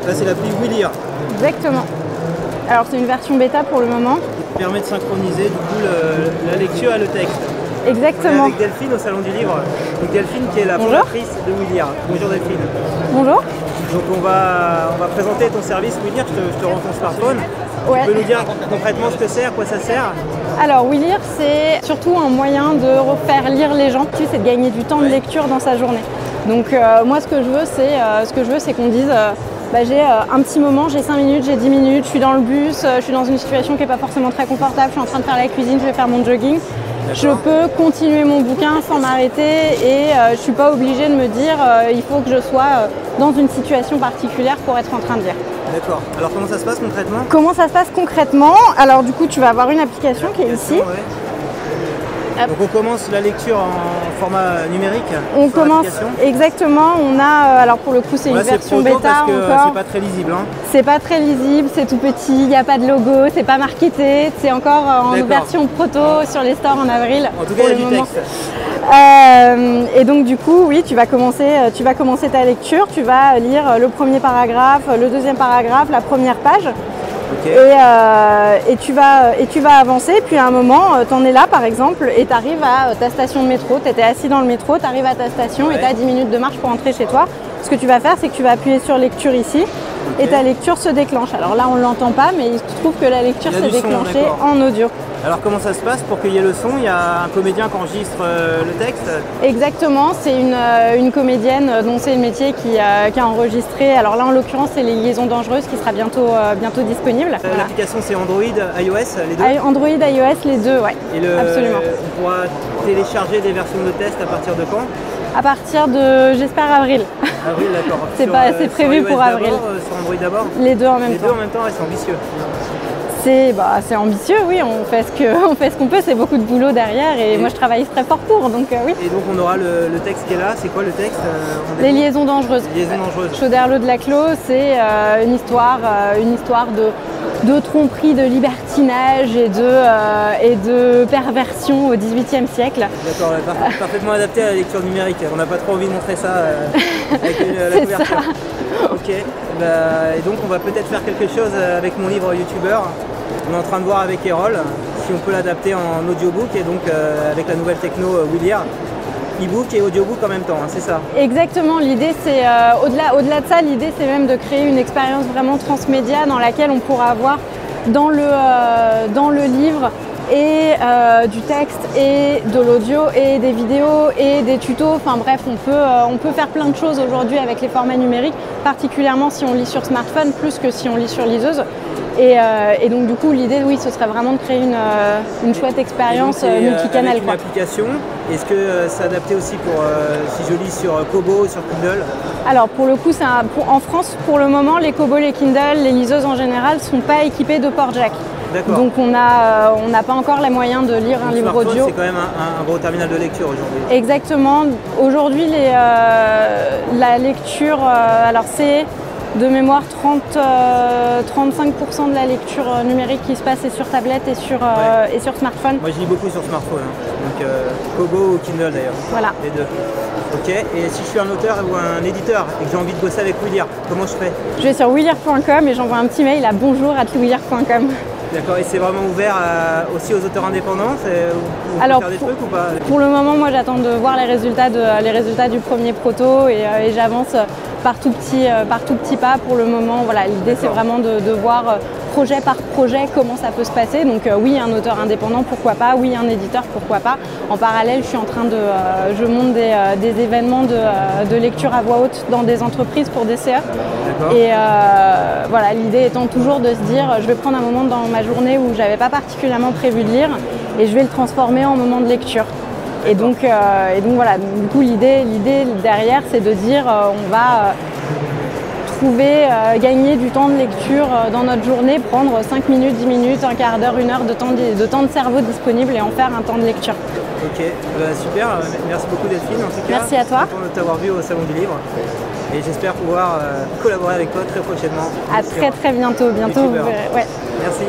Là, c'est l'appli hein. Willia Exactement. Alors c'est une version bêta pour le moment. qui permet de synchroniser du coup le- la lecture à le texte. On est Exactement. avec Delphine au Salon du Livre. Donc Delphine qui est la Bonjour. fondatrice de Willia. Bonjour Delphine. Bonjour. Donc on va, on va présenter ton service Willia. Je te, je te rends ton smartphone. Ouais. Tu peux nous dire concrètement ce que c'est, à quoi ça sert Alors oui lire c'est surtout un moyen de refaire lire les gens. Tu sais, c'est de gagner du temps de lecture dans sa journée. Donc euh, moi ce que je veux c'est euh, ce que je veux c'est qu'on dise euh, bah, j'ai euh, un petit moment, j'ai 5 minutes, j'ai 10 minutes, je suis dans le bus, euh, je suis dans une situation qui n'est pas forcément très confortable, je suis en train de faire la cuisine, je vais faire mon jogging. Je peux continuer mon bouquin sans m'arrêter et euh, je suis pas obligée de me dire euh, il faut que je sois euh, dans une situation particulière pour être en train de lire. D'accord. Alors comment ça se passe concrètement Comment ça se passe concrètement Alors du coup tu vas avoir une application qui est ici. Ouais. Hop. Donc on commence la lecture en format numérique. On sur commence l'application. exactement, on a euh, alors pour le coup c'est une Là, c'est version proto bêta parce que euh, encore. c'est pas très lisible. hein. C'est pas très lisible, c'est tout petit, il n'y a pas de logo, c'est pas marketé, c'est encore euh, en D'accord. version proto sur les stores en avril. En tout pour cas, il y le a du moment. texte. Euh, et donc du coup, oui, tu vas commencer, euh, tu vas commencer ta lecture, tu vas lire euh, le premier paragraphe, euh, le deuxième paragraphe, la première page, Ok. et, euh, et tu vas et tu vas avancer. Puis à un moment, tu en es là, par exemple, et tu arrives à euh, ta station de métro. Tu étais assis dans le métro, tu arrives à ta station et Ouais. tu as 10 minutes de marche pour rentrer chez toi. Ce que tu vas faire, c'est que tu vas appuyer sur lecture ici. Et Ok. ta lecture se déclenche. Alors là, on ne l'entend pas, mais il se trouve que la Il lecture y a s'est du son, déclenchée d'accord. en audio. Alors comment ça se passe Pour qu'il y ait le son, il y a un comédien qui enregistre euh, le texte. Exactement, c'est une, euh, une comédienne euh, dont c'est le métier qui, euh, qui a enregistré. Alors là, en l'occurrence, c'est Les Liaisons Dangereuses qui sera bientôt, euh, bientôt disponible. Euh, Voilà. L'application c'est Android, iOS, les deux. I- Android, iOS, les deux, ouais. Et le, Absolument. on pourra télécharger des versions de test à partir de quand À partir de, j'espère, avril. Avril, d'accord. C'est Sur, euh, pas- c'est sur prévu iOS pour d'abord, avril. euh, sur Android d'abord Les deux en même Les temps. deux en même temps, ouais, c'est ambitieux. C'est bah, c'est ambitieux, oui, on fait ce que- on fait ce qu'on peut, c'est beaucoup de boulot derrière et Et- moi je travaille très fort pour, donc euh, oui. Et donc on aura le, le texte qui est là. C'est quoi le texte Euh, on a Les dit liaisons dangereuses. Liaisons dangereuses. Chauderlot de la Clos, c'est euh, une histoire, euh, une histoire de, de tromperie, de libertinage et de, euh, et de perversion au XVIIIe siècle. D'accord, ouais, par- parfaitement adapté à la lecture numérique. On n'a pas trop envie de montrer ça euh, avec euh, la C'est couverture. Ok, bah, et donc on va peut-être faire quelque chose euh, avec mon livre youtubeur. On est en train de voir avec Erol si on peut l'adapter en audiobook et donc euh, avec la nouvelle techno euh, Willier, e-book et audiobook en même temps, hein, c'est ça Exactement, l'idée c'est, euh, au-delà, au-delà de ça, l'idée c'est même de créer une expérience vraiment transmédia dans laquelle on pourra avoir dans le, euh, dans le livre et euh, du texte et de l'audio et des vidéos et des tutos, enfin bref, on peut, euh, on peut faire plein de choses aujourd'hui avec les formats numériques, particulièrement si on lit sur smartphone plus que si on lit sur liseuse. Et, euh, et donc du coup l'idée oui ce serait vraiment de créer une, euh, une chouette Et donc, expérience c'est, euh, euh, multicanal. Avec une quoi. application, est-ce que euh, c'est adapté aussi pour euh, si je lis sur euh, Kobo ou sur Kindle Alors pour le coup, c'est un- pour- en France, pour le moment, les Kobo, les Kindle, les liseuses en général ne sont pas équipées de port jack. D'accord. Donc on a, euh, on n'a pas encore les moyens de lire un Le livre smartphone, audio. C'est quand même un- un- un gros terminal de lecture aujourd'hui. Exactement. Aujourd'hui, les, euh, la lecture, euh, alors c'est de mémoire 30, euh, 35% de la lecture euh, numérique qui se passe est sur tablette et sur, euh, et sur smartphone. Moi je lis beaucoup sur smartphone, hein. donc euh, Kobo ou Kindle d'ailleurs, Voilà. les deux. Ok, et si je suis un auteur ou un éditeur et que j'ai envie de bosser avec Willier, comment je fais Je vais sur willire.com et j'envoie un petit mail à bonjour@willire.com. D'accord, et c'est vraiment ouvert à- aussi aux auteurs indépendants c'est- euh, ou- ou Alors, faire des pour- trucs ou pas Pour le moment, moi, j'attends de voir les résultats, de, les résultats du premier proto et, euh, et j'avance euh, par tout petit, euh, par tout petit pas. Pour le moment, voilà, l'idée, c'est D'accord. vraiment de, de voir euh, projet par projet comment ça peut se passer. Donc euh, oui, un auteur indépendant, pourquoi pas Oui, un éditeur, pourquoi pas En parallèle, je suis en train de, euh, je monte des, euh, des événements de, euh, de lecture à voix haute dans des entreprises pour des CE. D'accord. Et euh, voilà, l'idée étant toujours de se dire, je vais prendre un moment dans ma journée où j'avais pas particulièrement prévu de lire et je vais le transformer en moment de lecture. Et donc, euh, et donc voilà, donc du coup l'idée, l'idée derrière c'est de dire euh, on va euh, trouver, euh, gagner du temps de lecture euh, dans notre journée, prendre 5 minutes, 10 minutes, un quart d'heure, une heure de temps de, de temps de cerveau disponible et en faire un temps de lecture. Ok, Bah, super, euh, merci beaucoup Delphine en tout cas. Merci à toi. Je suis content de t'avoir vu au Salon du Livre et j'espère pouvoir euh, collaborer avec toi très prochainement. À Sur- très très bientôt, bientôt. vous Youtubeur. verrez- ouais. Merci.